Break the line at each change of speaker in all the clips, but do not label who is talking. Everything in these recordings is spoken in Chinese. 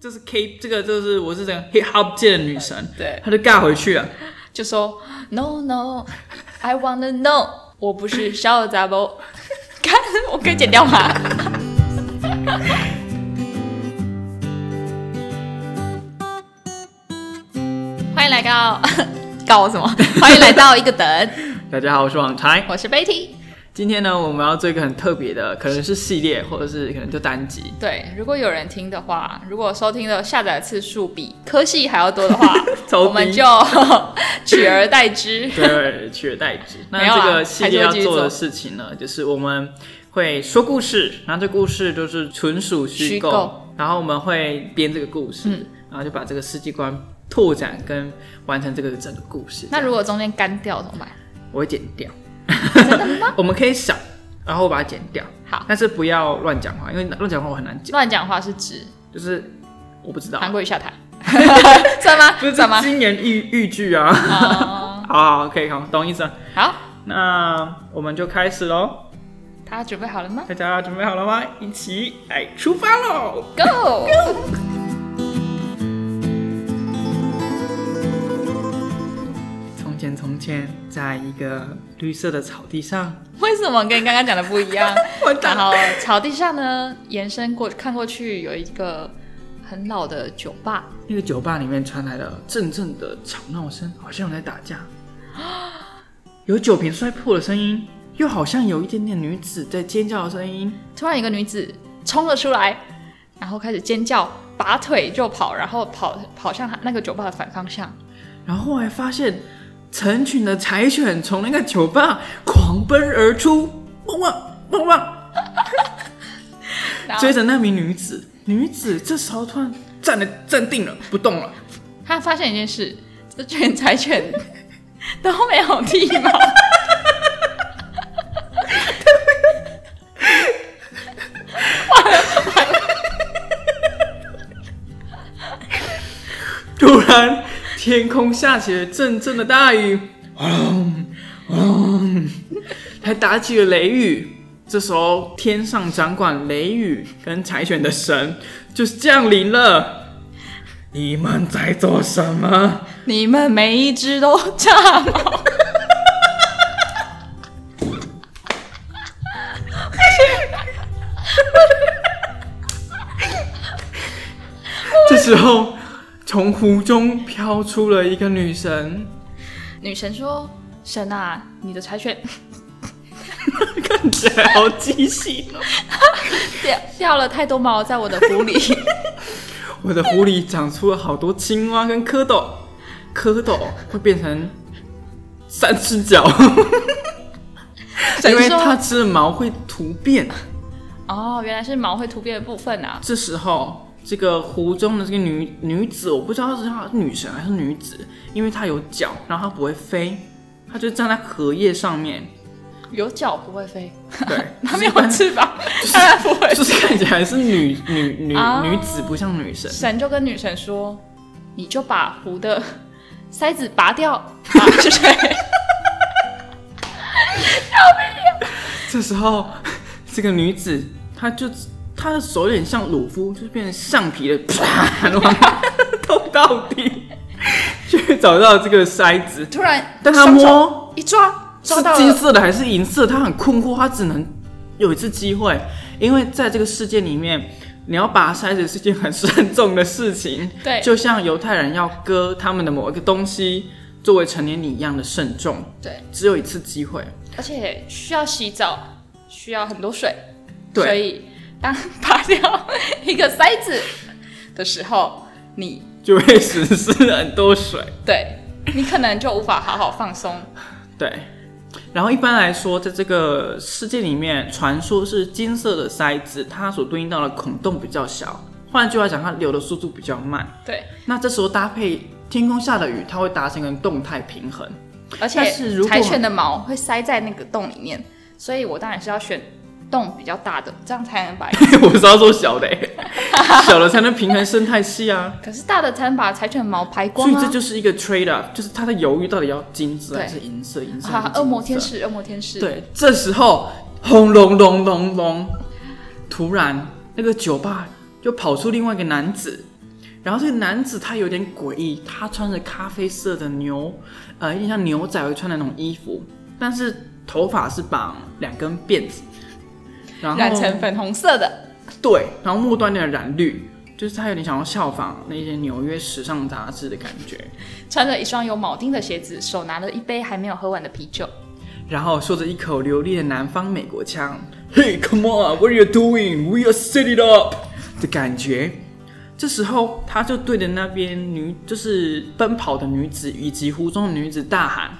这是 K，这个就是我是整个 hip hop 界的女神，
对，
她就尬回去了。
就说 No No，I wanna know，我不是小杂包，看我可以剪掉吗？欢迎来到 告我什么？欢迎来到一个等，
大家好，我是王才。
我是 Betty。
今天呢，我们要做一个很特别的，可能是系列，或者是可能就单集。，
对，如果有人听的话，如果收听的下载次数比科系还要多 的话
超低
我们就取而代之。
对，取而代之。那
没有啊
这个系列要
还是会继续
做
做
的事情呢，就是我们会说故事，然后这故事就是纯属虚
虚
构，
构嗯
然后我们会编这个故事，然后就把这个世界观拓展跟完成这个整个故事。
那如果中间干掉怎么办？
我会剪掉， 我们可以想，然后我把它剪掉，
好，
但是不要乱讲话，因为乱讲话我很难剪，
乱讲话是指
就是我不知道
韩，国瑜 下台，算吗？
不是
算吗？
今年豫豫剧啊，
哦
好好好可以好，懂意思啊。
好，
那我们就开始喽，
大家准备好了 吗
大家准备好了吗？一起来出发喽！
嗯？Go！
从前从前，在一个绿色的草地上，
为什么跟你刚刚讲的不一样？
我
然后草地上呢，延伸过看过去有一个很老的酒吧，
那个酒吧里面传来了阵阵的吵闹声，好像有人在打架，有酒瓶摔破的声音，又好像有一点点女子在尖叫的声音。
突然有一个女子冲了出来，然后开始尖叫，拔腿就跑，然后跑跑向那个酒吧的反方向。
然后后来发现，成群的柴犬从那个酒吧狂奔而出，汪汪汪汪，
然后
追着那名女子。女子这时候突然站了，站定了，不动了。
他发现一件事，这群柴犬 都没有剃毛。
突然，天空下起了阵阵的大 雨，轰轰，还打起了雷雨。这时候，天上掌管雷雨跟柴犬的神就是降临了。你们在做什么？
你们每一只都炸毛。
这时候，从湖中飘出了一个女神。
女神说：“神啊，你的柴 犬
看起来好畸形哦！
掉掉了太多毛在我的湖 里，
我的湖里长出了好多青蛙跟蝌蚪，蝌蚪会变成三只脚，
神
因为
说
它吃的毛会突变。
哦，原来是毛会突变的部分啊。
这时候，这个湖中的这个女女子，我不知道是她女神还是女子，因为她有脚，然后她不会飞，她就站在荷叶上面。
有脚不会飞，
对，
它没有翅膀，当然不会。
就是看起来是女女女
啊
女子，不像女神。
神就跟女神说：‘你就把湖的塞子拔 掉，啊，是谁？
这时候，这个女子她就她的手有点像鲁夫，就是变成橡皮的，啪， 然后痛到底，去找到这个筛子，
突然，
但她
双手
摸
一抓，
是
抓到
金
了。
色的还是银色，她很困惑，她只能有一次机会，因为在这个世界里面。你要拔筛子是件很慎重的事情，
对
就像犹太人要割他们的某一个东西作为成年礼一样的慎重，
对，
只有一次机会。
而且需要洗澡，需要很多水，
对
所以当拔掉一个塞子的时候，你
就会损失很多水。
对你可能就无法好好 放松。
对，然后一般来说，在这个世界里面，传说是金色的塞子，它所对应到的孔洞比较小，换句话讲，它流的速度比较慢。
对，
那这时候搭配天空下的雨，它会达成一个动态平衡。 但
而且
是如果
柴犬的毛会塞在那个洞里面，所以我当然是要选洞比较大的，这样才 能把。
我是要说小的、 欸，小的才能平衡生态系啊。
可是大的才能把柴犬的毛排
所
光
以这
啊！
就是一个 trade up，就是它在犹豫到底要金色
对
还是银色，银色还是
啊
金，色。
恶魔天使，恶魔天使，，
对，这时候轰隆隆隆隆，突然那个酒吧就跑出另外一个男子，然后这个男子他有点诡异，他穿着咖啡色的牛，呃，有点像牛仔会穿的那种衣服，但是头发是绑两根辫子，然后
染成粉红色的，
对，然后末端有点染绿，就是他有点想要效仿那些纽约时尚杂志的感觉。
穿着一双有铆钉的鞋子，手拿了一杯还没有喝完的啤酒。
然后说着一口流利的南方美国腔，Hey, come on, what are you doing? We are set it up 的感觉。这时候，他就对着那边女，就是奔跑的女子以及湖中的女子大喊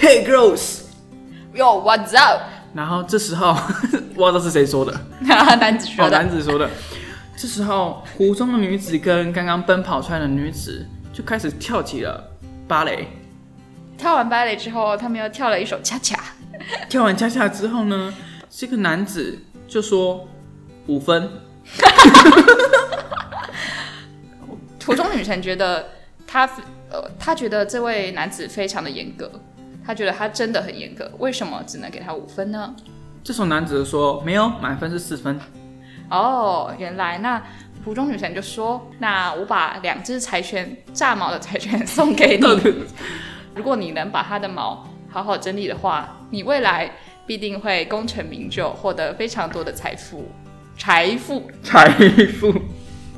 ，Hey, girls！
Yo, what's up？
然后这时候， 我不知道是谁说的，
男子
小
说的，
男子说的。这时候，湖中的女子跟刚刚奔跑出来的女子就开始跳起了芭蕾。
跳完芭蕾之后，他们又跳了一首恰恰。
跳完恰恰之后呢，这个男子就说五分。
途中女神觉得她，呃，她觉得这位男子非常的严格，她觉得他真的很严格，为什么只能给他五分呢？
这时候男子说没有，满分是四分。
哦，原来那途中女神就说，那我把两只柴犬炸毛的柴犬送 给你，如果你能把它的毛好好整理的话，你未来必定会功成名就，获得非常多的财富。财富，
财富。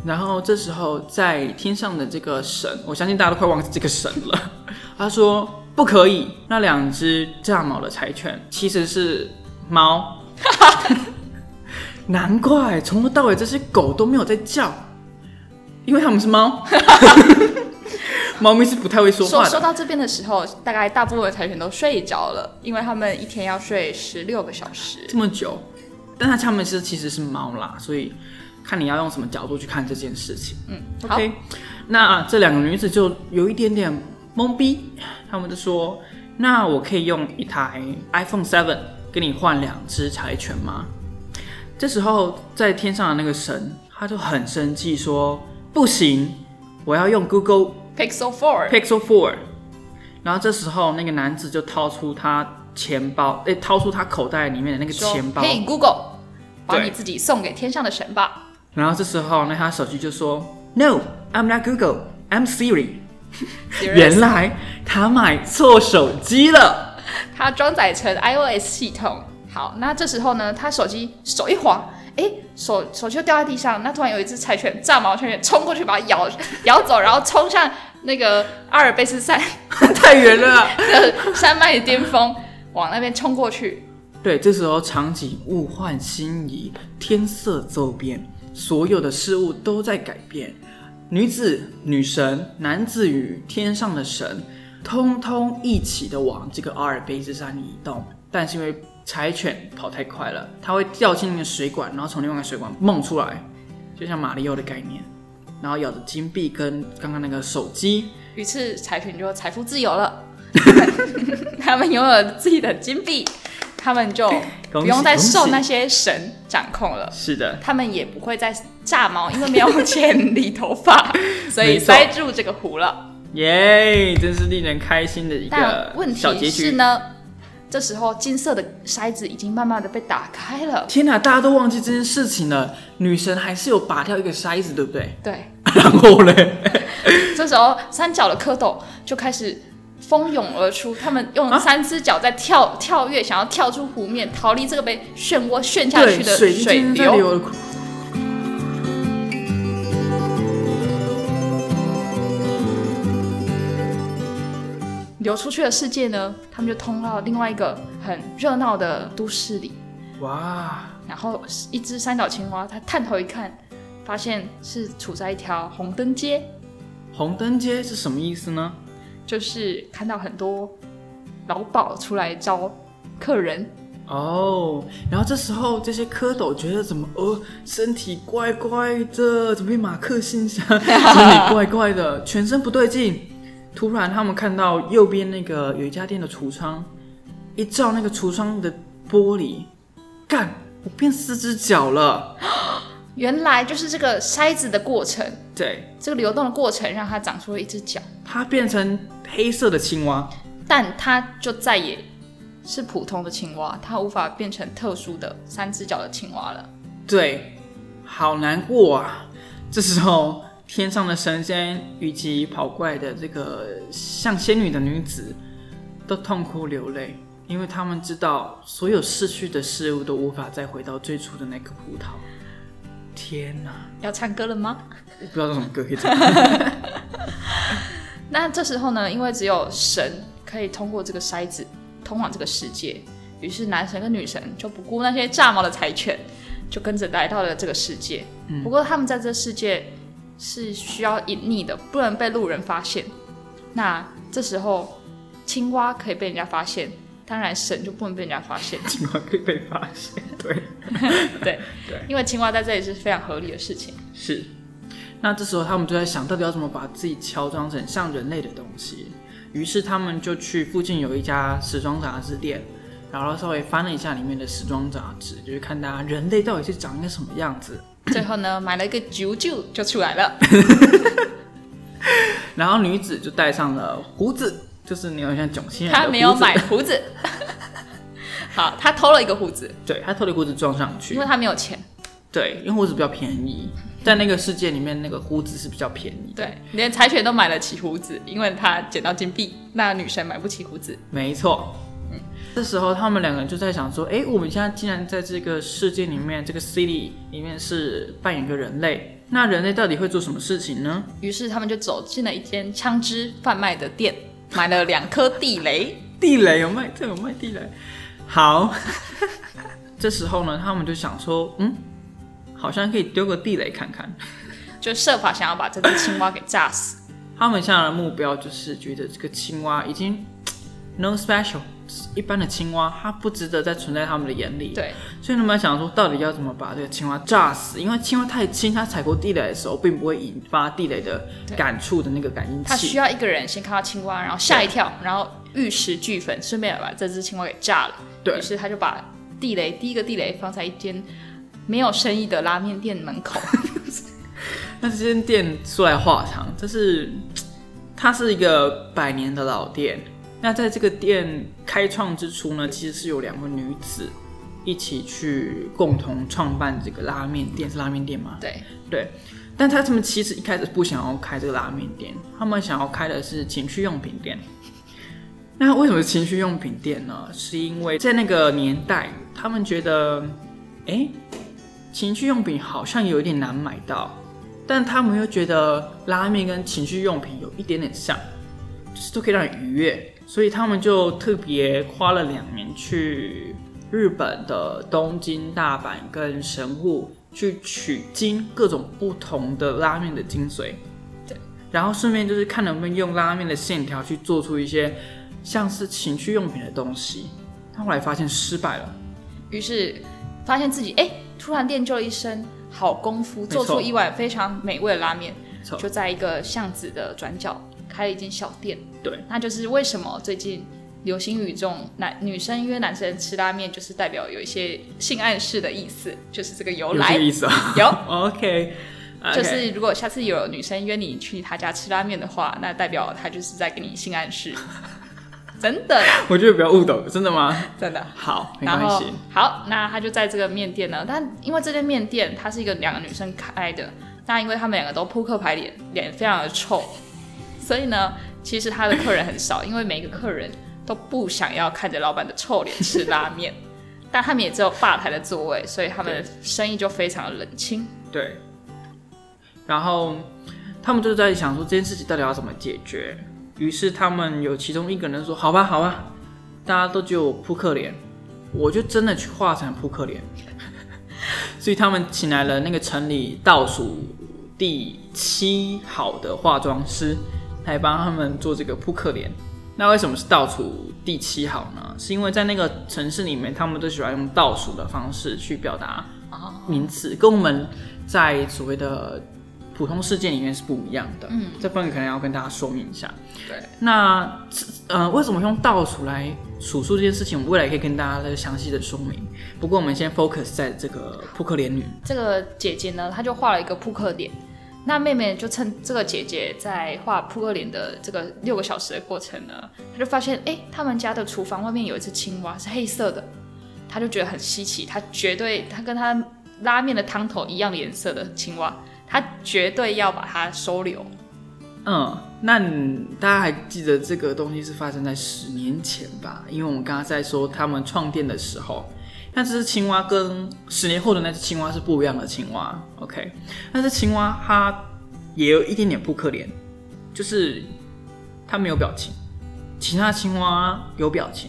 然后这时候在天上的这个神，我相信大家都快忘记这个神了。 他说不可以，那两只炸毛的柴犬其实是猫。 难怪从头到尾这些狗都没有在叫，因为它们是猫。 猫咪是不太会说
说
话
说
的。
到这边的时候，大概大部分的柴犬都睡着了，因为他们一天要睡十六个小时。
这么久，但它它们是其实是猫啦，所以看你要用什么角度去看这件事情。
嗯，好
OK，那这两个女子就有一点点懵逼，他们就说：“那我可以用一台 iPhone Seven 跟你换两只柴犬吗？”这时候，在天上的那个神他就很生气说：“不行，我要用 Google
Pixel Four，
Pixel Four。”然后这时候，那个男子就掏出他钱包，哎、掏出他口袋里面的那个
说
钱包，
嘿 Google，把
对
你自己送给天上的神吧。
然后这时候，那他手机就说：“No, I'm not Google, I'm Siri。”原来他买错手机了。
它装载成 iOS 系统。好，那这时候呢，他手机手一滑，诶，手手就掉在地上。那突然有一只柴犬，炸毛柴犬冲过去把它咬 咬走，然后冲向那个阿尔卑斯山
太远了。
的山脉的巅峰， 往那边冲过去。
对，这时候场景物换星移，天色骤变，所有的事物都在改变。女子、女神、男子与天上的神，通通一起的往这个阿尔卑斯山移动。但是因为柴犬跑太快了，它会掉进那个水管，然后从另外一个水管蹦出来，就像马里奥的概念，然后咬着金币跟刚刚那个手机，
于是柴犬就财富自由了， 他们拥有了自己的金币，他们 就
恭
不
喜
用再受
恭喜
那些神掌控了。
是的，
他们也不会再炸毛，因为没有钱理 头发，所以
没错
塞住这个湖了。
耶真是令人开心的一
但
个
问
小
题
结局。
是呢，这时候金色的筛子已经慢慢的被打开了。
天哪，大家都忘记这件事情了。女神还是有拔掉一个筛子，对不对？
对，
然后嘞，
这时候三角的蝌蚪就开始蜂拥而出，他们用
啊
三只脚在跳、跳跃，想要跳出湖面，逃离这个被漩涡旋下
对，
去的
水已经在
流。
流了。
流出去的世界呢，他们就通到另外一个很热闹的都市里。
哇，
然后一只三角青蛙，它探头一看，发现是处在一条红灯街，
红灯街是什么意思呢？
就是看到很多老鸨出来招客人。
哦，然后这时候这些蝌蚪觉得怎么呃身体怪怪的，怎么变马克信 箱，身体怪怪的，全身不对劲。突然他们看到右边那个有一家店的橱窗，一照那个橱窗的玻璃，干，我变四只脚了。
原来就是这个筛子的过程，
对，
这个流动的过程让它长出了一只脚，
它变成黑色的青蛙。
但它就再也是普通的青蛙，它无法变成特殊的三只脚的青蛙了。
对，好难过啊！这时候天上的神仙以及跑过来的这个像仙女的女子，都痛哭流泪，因为他们知道所有逝去的事物都无法再回到最初的那个葡萄。天哪！
要唱歌了吗？
不知道这种歌可以怎么
那这时候呢，因为只有神可以通过这个筛子通往这个世界，于是男神跟女神就不顾那些炸毛的柴犬，就跟着来到了这个世界。
嗯
不过他们在这世界是需要隐匿的，不能被路人发现。那这时候青蛙可以被人家发现，当然神就不能被人家发现，
情况可以被发现。对，
因为青蛙在这里是非常合理的事情。
是。那这时候他们就在想，到底要怎么把自己乔装成像人类的东西。于是他们就去附近有一家时装杂志店，然后稍微翻了一下里面的时装杂志，就是看大家人类到底是长一个什么样子。
最后呢，买了一个啾啾就出来了。
然后女子就戴上了胡子，就是嗯你有点像囧星人的胡
他
子。
没有买胡子， 好，他偷了一个胡子，
对，她偷了胡子装上
因
去。
为他没有钱。
对，因为胡子比较便宜，在那个世界里面，那个胡子是比较便宜。
对，连柴犬都买得起胡子，因为他捡到金币。那女神买不起胡子，
没错。这时候他们两个人就在想说，诶，我们现在既然在这个世界里面，这个 city 里面是扮演个人类，那人类到底会做什么事情呢？
于是他们就走进了一间枪支贩卖的 店，买了两颗地雷。
地雷有卖，这有卖地雷。好， 这时候呢，他们就想说，嗯，好像可以丢个地雷看看。
就设法想要把这只青蛙给炸死，
他们现在的目标就是觉得这个青蛙已经 no special，就是一般的青蛙，它不值得再存在他们的眼里。
对，
所以你们想说，到底要怎么把这个青蛙炸死？因为青蛙太轻，它踩过地雷的时候，并不会引发地雷的感触的那个感应
他需
器。
要一个人先看到青蛙，然后吓一跳，然后玉石俱焚，顺便把这只青蛙给炸了。
对
于是他就把地雷第一个地雷放在一间没有生意的拉面店门 口，
那这间店说来话长，这是它是一个百年的老店。那在这个店开创之初呢，其实是有两位女子一起去共同创办这个拉面店，是拉面店吗？
对，
对。但他们其实一开始不想要开这个拉面店，他们想要开的是情趣用品店。那为什么是情趣用品店呢？是因为在那个年代，他们觉得，哎、情趣用品好像有一点难买到，但他们又觉得拉面跟情趣用品有一点点像，就是都可以让你愉悦，所以他们就特别花了两年去日本的东京、大阪跟神户去取经各种不同的拉面的精髓，
对，
然后顺便就是看能不能用拉面的线条去做出一些像是情趣用品的东西，但后来发现失败了。
于是发现自己哎、突然练就了一身好功夫，
没错
做出一碗非常美味的拉面
没，错
就在一个巷子的转角开了一间小店。
对，
那就是为什么最近流行语中男女生约男生吃拉面，就是代表有一些性暗示的意思，就是这个由
有这
哦来
个意思啊
有。
？OK，, o
就是如果下次有女生约你去她家吃拉面的话，那代表她就是在给你性暗示，真的啦
我觉得不要误导，真的吗？
真的。
好，没
然
关
后
系。
好，那他就在这个面店呢，但因为这间面店它是一个两个女生开的，那因为她们两个都扑克牌脸，脸非常的臭，所以呢，其实他的客人很少，因为每个客人都不想要看着老板的臭脸吃拉面，但他们也只有吧台的座位，所以他们的生意就非常的冷清。
对，然后他们就在想说这件事情到底要怎么解决。于是他们有其中一个人说：“好吧，好吧，大家都只有扑克脸，我就真的去画成扑克脸。” 所以他们请来了那个城里倒数第七好的化妆师来帮他们做这个扑克脸。那为什么是倒数第七好呢？是因为在那个城市里面，他们都喜欢用倒数的方式去表达名词，跟我们在所谓的普通事件里面是不一样的。嗯，这部分可能要跟大家说明一下。
对，
那呃，为什么用倒数来数数这件事情，我们未来可以跟大家再详细的说明。不过我们先 focus 在这个扑克脸女，
这个姐姐呢，她就画了一个扑克脸。那妹妹就趁这个姐姐在画扑克脸的这个六个小时的过程呢，她就发现，哎、他们家的厨房外面有一只青蛙是黑色的，她就觉得很稀奇，她绝对她跟她拉面的汤头一样的颜色的青蛙，他绝对要把它收留。
嗯，那你大家还记得这个东西是发生在十年前吧？因为我们刚刚在说他们创店的时候，那这只青蛙跟十年后的那只青蛙是不一样的青蛙。OK，那只青蛙它也有一点点扑克脸，就是它没有表情，其他青蛙有表情，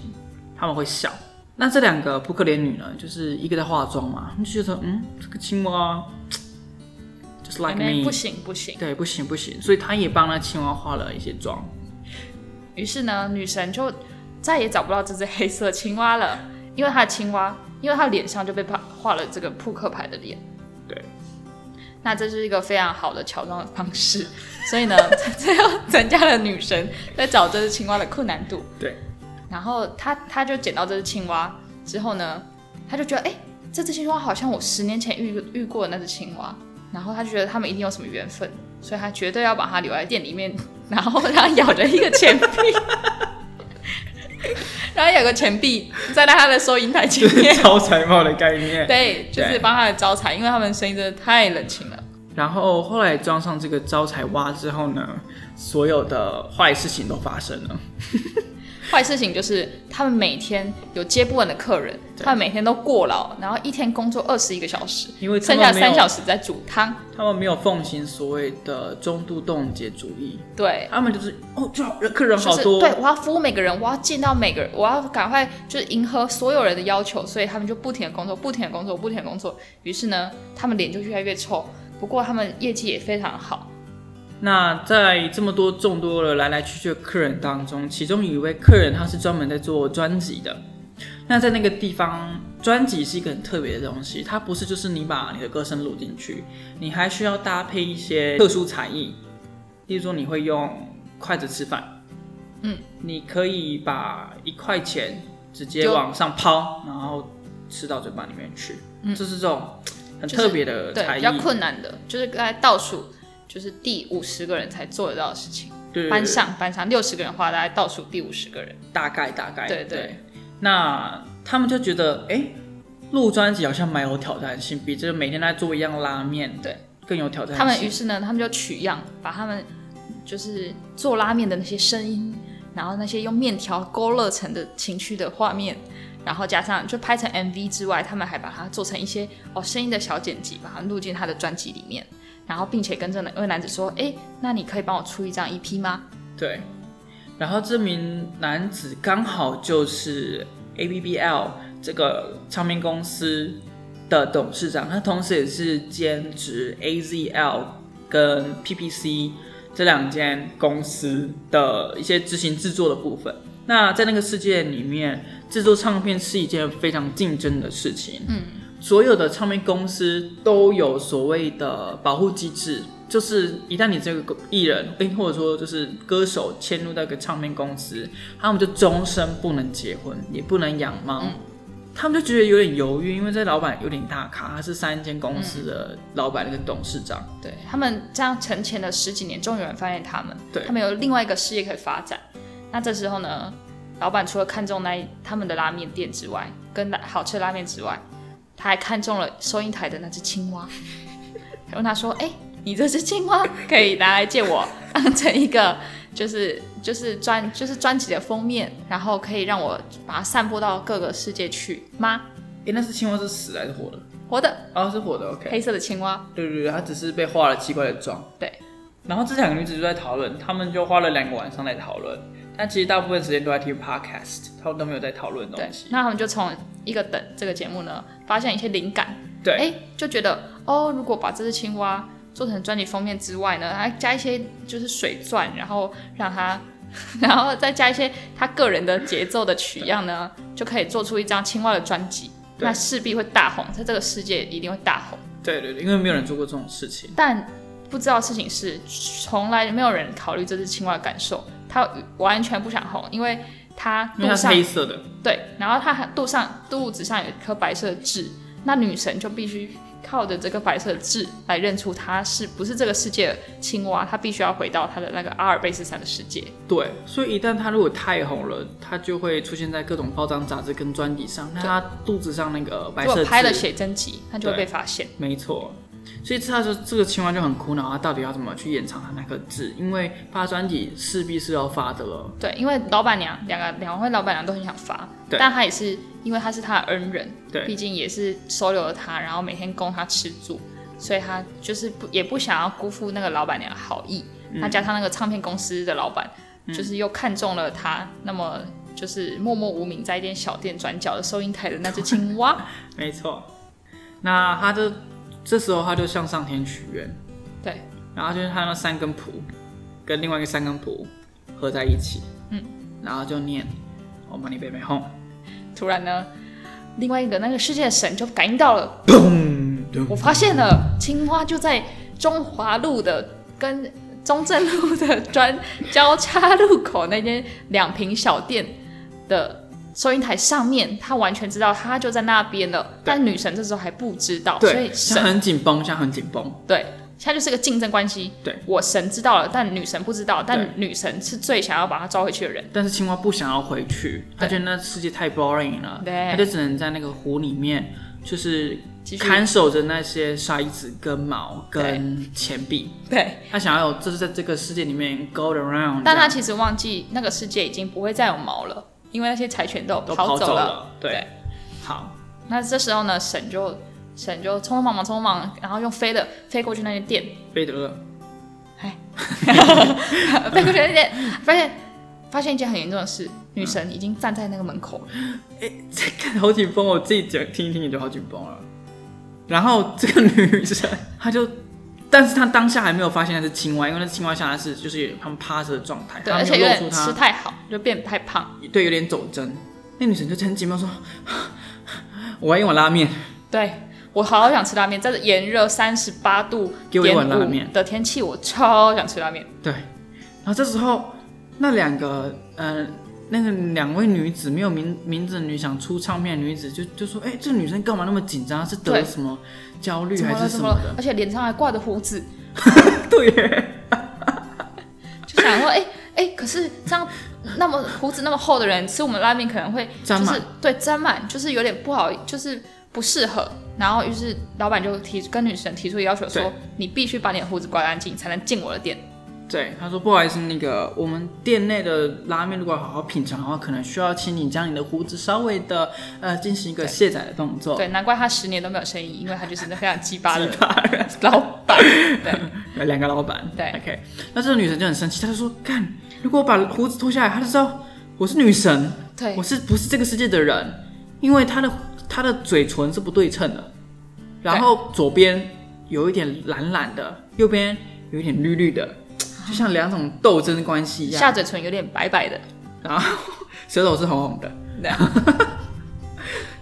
他们会笑。那这两个扑克脸女呢，就是一个在化妆嘛，你就觉得嗯，这个青蛙 just like
妹妹
me，
不行不行。
对，不行不行，所以他也帮那青蛙化了一些妆。
于是呢，女神就再也找不到这只黑色青蛙了，因为她的青蛙，因为她脸上就被画画了这个扑克牌的脸。
对，
那这是一个非常好的乔装的方式， 所以呢，这又增加了女神在找这只青蛙的困难度。
对，
然后她她就捡到这只青蛙之后呢，她就觉得哎、诶这只青蛙好像我十年前遇遇过的那只青蛙，然后她就觉得他们一定有什么缘分，所以她绝对要把它留在店里面， 然后她咬着一个钱币。 然后有个钱币站在他的收银台前面，
招财猫的概念。
对，就是
对
帮他们招财，因为他们生意真的太冷清了。
然后后来装上这个招财蛙之后呢，所有的坏事情都发生了。
坏事情就是他们每天有接不完的客人，
对
他们每天都过劳，然后一天工作二十一个小时，
因为他
剩
们
下
没
三
有
小时在煮汤。
他们没有奉行所谓的中度冻结主义，
对，
他们就是哦，就好人客人
就
好
是
多，
对我要服务每个人，我要见到每个人，我要赶快就是迎合所有人的要求，所以他们就不停的工作，不停的工作，不停的工作。于是呢，他们脸就越来越臭，不过他们业绩也非常好。
那在这么多众多的来来去去的客人当中，其中有一位客人他是专门在做专辑的。那在那个地方，专辑是一个很特别的东西，它不是就是你把你的歌声录进去，你还需要搭配一些特殊才艺，例如说你会用筷子吃饭，
嗯，
你可以把一块钱直接
就
往上抛，然后吃到嘴巴里面去，
嗯
就是这种很
就是
特别的
对，
才
比
艺，
较困难的，就是在倒数，就是第五十个人才做得到的事情。
对对对
班上班上六十个人的话，大概倒数第五十个人。
大概大概，
对对
那他们就觉得，哎、录专辑好像蛮有挑战性，比这每天在做一样拉面，
对，
更有挑战性。
他们于是呢，他们就取样，把他们就是做拉面的那些声音，然后那些用面条勾勒成的情绪的画面，然后加上就拍成 MV 之外，他们还把它做成一些哦声音的小剪辑，把它录进他的专辑里面。然后，并且跟这那位男子说：“哎，那你可以帮我出一张 EP 吗？”
对，然后这名男子刚好就是 ABBL 这个唱片公司的董事长，他同时也是兼职 AZL 跟 PPC 这两间公司的一些执行制作的部分。那在那个世界里面，制作唱片是一件非常竞争的事情。嗯，所有的唱片公司都有所谓的保护机制，就是一旦你这个艺人，诶或者说就是歌手迁入到一个唱片公司，他们就终身不能结婚，也不能养猫。他们就觉得有点犹豫，因为这老板有点大咖，他是三间公司的老板，那个董事长。
对他们这样沉潜了十几年，终于有人发现他们，
对
他们有另外一个事业可以发展。那这时候呢，老板除了看中那一他们的拉面店之外，跟拉好吃的拉面之外，他还看中了收银台的那只青蛙， 还问他说：“哎、你这只青蛙可以拿来借我， 当成一个就是就是专就是专辑的封面，然后可以让我把它散播到各个世界去吗？
诶，那是青蛙是死还是活的？
活的
哦，是活的。OK，
黑色的青蛙，
对对对，他只是被化了奇怪的妆。
对。
然后这两个女子就在讨论，他们就花了两个晚上来讨论，但其实大部分时间都在听 podcast，他们都没有在讨论东
对
西，。
那他们就从一个等这个节目呢，发现一些灵感，
对
哎、就觉得哦，如果把这只青蛙做成专辑封面之外呢，还加一些就是水钻，然后让它， 然后再加一些他个人的节奏的取样呢，就可以做出一张青蛙的专辑。
对
那势必会大红，在这个世界一定会大红。
对对对，因为没有人做过这种事情。
但不知道的事情是，从来没有人考虑这只青蛙的感受，它完全不想红，因为它
因为它
路
是
上
黑色的，
对，然后他还肚上肚子上有一颗白色的痣，那女神就必须靠着这个白色的痣来认出她是不是这个世界的青蛙，她必须要回到她的那个阿尔卑斯山的世界。
对，所以一旦他如果太红了，他就会出现在各种包装杂志跟专辑上。那他肚子上那个白
如
色
果拍了
痣
写真集，那就会被发现。
没错，所以他说这个青蛙就很苦恼，他到底要怎么去延长他那颗痣？因为发专辑势必是要发的了。
对，因为老板娘两个两位老板娘都很想发，
对
但她也是因为她是她的恩人，
对
毕竟也是收留了她，然后每天供她吃住，所以她就是不也不想要辜负那个老板娘的好意。
嗯
那、加上那个唱片公司的老板，就是又看中了她，那么就是默默无名在一间小店转角的收银台的那只青蛙。
没错，那他就这时候他就向上天许愿，
对，
然后就是他那三根谱跟另外一个三根谱合在一起，
嗯，
然后就念“我 money baby home”，
突然呢，另外一个那个世界的神就感应到了。
砰，
我发现了，青蛙就在中华路的跟中正路的专交叉路口那间两平小店的收银台上面，他完全知道他就在那边了，但女神这时候还不知道，哦所
对，
以
像
神
很紧绷，像很紧绷，
对。现在就是个竞争关系，
对
我神知道了，但女神不知道，但
对
女神是最想要把他招回去的人，
但是青蛙不想要回去，他觉得那世界太 boring 了，
对
他就只能在那个湖里面，就是
继续
看守着那些筛子、跟毛、跟钱币。
对，
他想要有，就是在这个世界里面 go around，
但他
嗯这样
其实忘记那个世界已经不会再有毛了，因为那些柴犬都
都
跑
跑
走了，
了。对，
对
好，
那这时候呢，神就神就匆匆忙忙匆匆忙忙，然后用飞的飞过去那 间店，
贝德
飞过去那间店，发现发现一件很严重的事，女神已经站在那个门口了。
这看好紧绷，我自己讲听一听也就好紧绷了。然后这个女生，她就，但是她当下还没有发现那是青蛙，因为那青蛙下来是就是他们趴着的状态，
对，
她
而
没有
且有
露出
点
她
吃太好，就变太胖。
对，有点走针。那女神就很紧张说：“ 我要一碗拉面，
对我好想吃拉面，在这炎热三十八度
给我一碗拉面
的天气，我超想吃拉面。
对。”然后这时候，那两个呃，那个两位女子没有名名字的女想出唱片的女子就就说：“哎、这女生干嘛那么紧张？是得了
对
什么焦虑
怎么
还
了？
是什
怎
么
么了
的？”？
而且脸上还挂着胡子，
对耶，
就想说，哎、哎、可是这样那么胡子那么厚的人吃我们拉面可能会
沾
就
满
是对沾满，就是有点不好，就是不适合。然后于是老板就提跟女神提出要求说
对，
你必须把你的胡子刮干净才能进我的店。
对，她说：“不好意思，那个我们店内的拉面如果好好品尝的话，可能需要请你将你的胡子稍微的呃进行一个卸载的动作。”
对，难怪他十年都没有生意，因为他就是那非常鸡巴的 老板。 对，
有两个老板。
对
，OK。那这个女神就很生气，她就说：“干，如果我把胡子脱下来，她就知道我是女神，
对
我，是不是这个世界的人？因为她的她的嘴唇是不对称的，然后左边有一点蓝蓝的，右边有一点绿绿的，就像两种斗争关系一
下
样。
嘴唇有点白白的。
然后舌头是红红的，
对，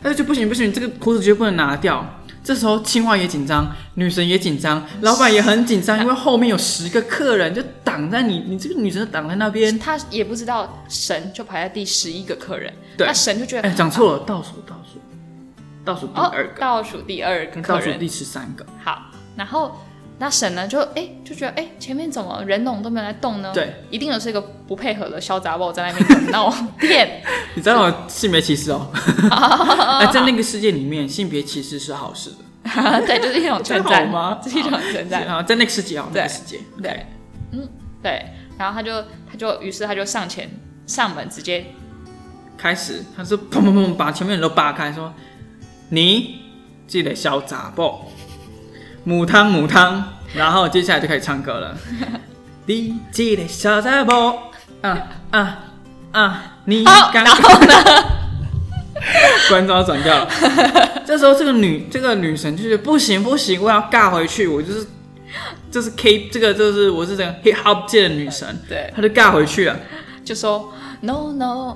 但是就不行不行，这个胡子绝对不能拿掉。”这时候青蛙也紧张，女神也紧张，老板也很紧张，因为后面有十个客人就挡在你，你这个女神就挡在那边，
他也不知道神就排在第十一个客人，
对
那神就觉得
哎，讲错了，倒数倒数，倒数第
哦
二，个，
倒数第二个
跟
客
倒数
人
第十三个，
好，然后那沈呢就哎、诶就觉得哎、诶前面怎么人龙都没有在动呢？
对，
一定有是一个不配合的小杂包在那边闹骗。
你知道我性别歧视哦。哎，在那个世界里面，性别歧视是好事的，
对，就是一种
这
称
好
赞
吗
这是一种称赞。
然后在那个世界啊，那
对
个世界，
对，嗯对，然后他就他就于是他就上前上门直接
开始他是 砰砰砰把前面人都扒开，说你记得小杂报，母汤母汤，然后接下来就开始唱歌 了。你记得小杂报，啊啊啊，你
好，
刚
哦然后 呢？
观众要转掉了。这时候这个女这个女神就是不行不行，我要尬回去，我就是就是 K 这个就是我是整个 hip hop 界的女神，
对，
她就尬回去了。
就说 No No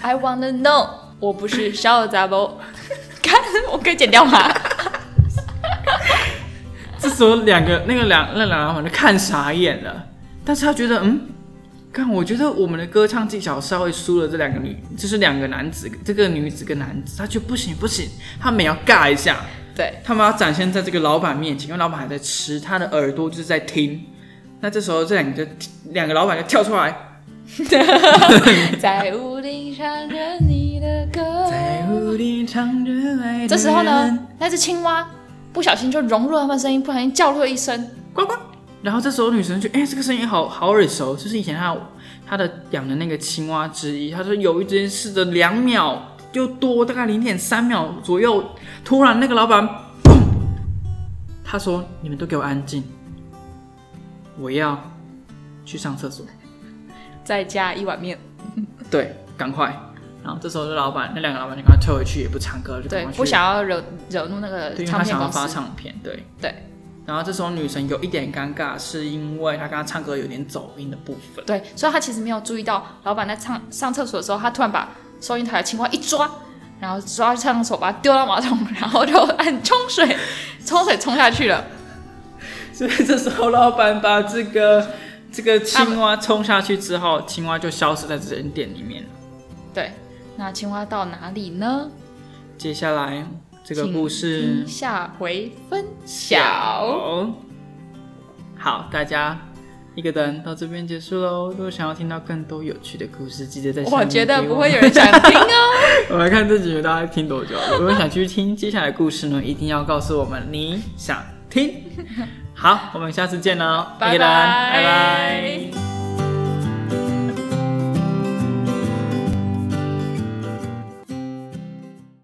I wanna know，我不是小杂包。 看，我可以剪掉吗？
这时候两个那个两那两个老板就看傻眼了，但是他觉得嗯。看，我觉得我们的歌唱技巧稍微输了这两个女，就是两个男子，这个女子跟男子，他就不行不行，他们也要尬一下，
对，
他们要展现在这个老板面前，因为老板还在吃，他的耳朵就是在听。那这时候这两个就两个老板就跳出来，
在屋顶唱着你的歌。
在屋里唱着爱的人
哎这时候呢，那只青蛙不小心就融入他们声音，不小心叫了一声，
呱呱。然后这时候女神就，哎、这个声音好好耳熟，就是以前她她的养的那个青蛙之一。她说有一件事的两秒又多，大概零点三秒左右，突然那个老板，砰！他说：“你们都给我安静，我要去上厕所。”
再加一碗面。
对，赶快。然后这时候这老板，那两个老板就赶快退回去，也不唱歌，就赶
对
快，去
不想要惹惹怒那个
对，因为
唱
他
片
想要
公
发
司。
唱片，对
对。
然后这时候女神有一点尴尬，是因为她刚刚唱歌有点走音的部分。
对，所以他其实没有注意到，老板在唱上厕所的时候，他突然把收银台的青蛙一抓，然后抓去上厕所，把它丢到马桶，然后就按冲水，冲水冲下去了。
所以这时候老板把这个这个青蛙冲下去之后，青蛙就消失在这间店里面了。
对，那青蛙到哪里呢？
接下来这个
请
故事
听下回分晓。
小，好，大家一个灯到这边结束喽。如果想要听到更多有趣的故事，记得在下
我
面
觉得
给
不
我
会有 人想听哦。
我来看这集大家听多久了。如果想继续听接下来的故事呢，一定要告诉我们你想听。好，我们下次见喽，
拜
拜拜
拜
拜。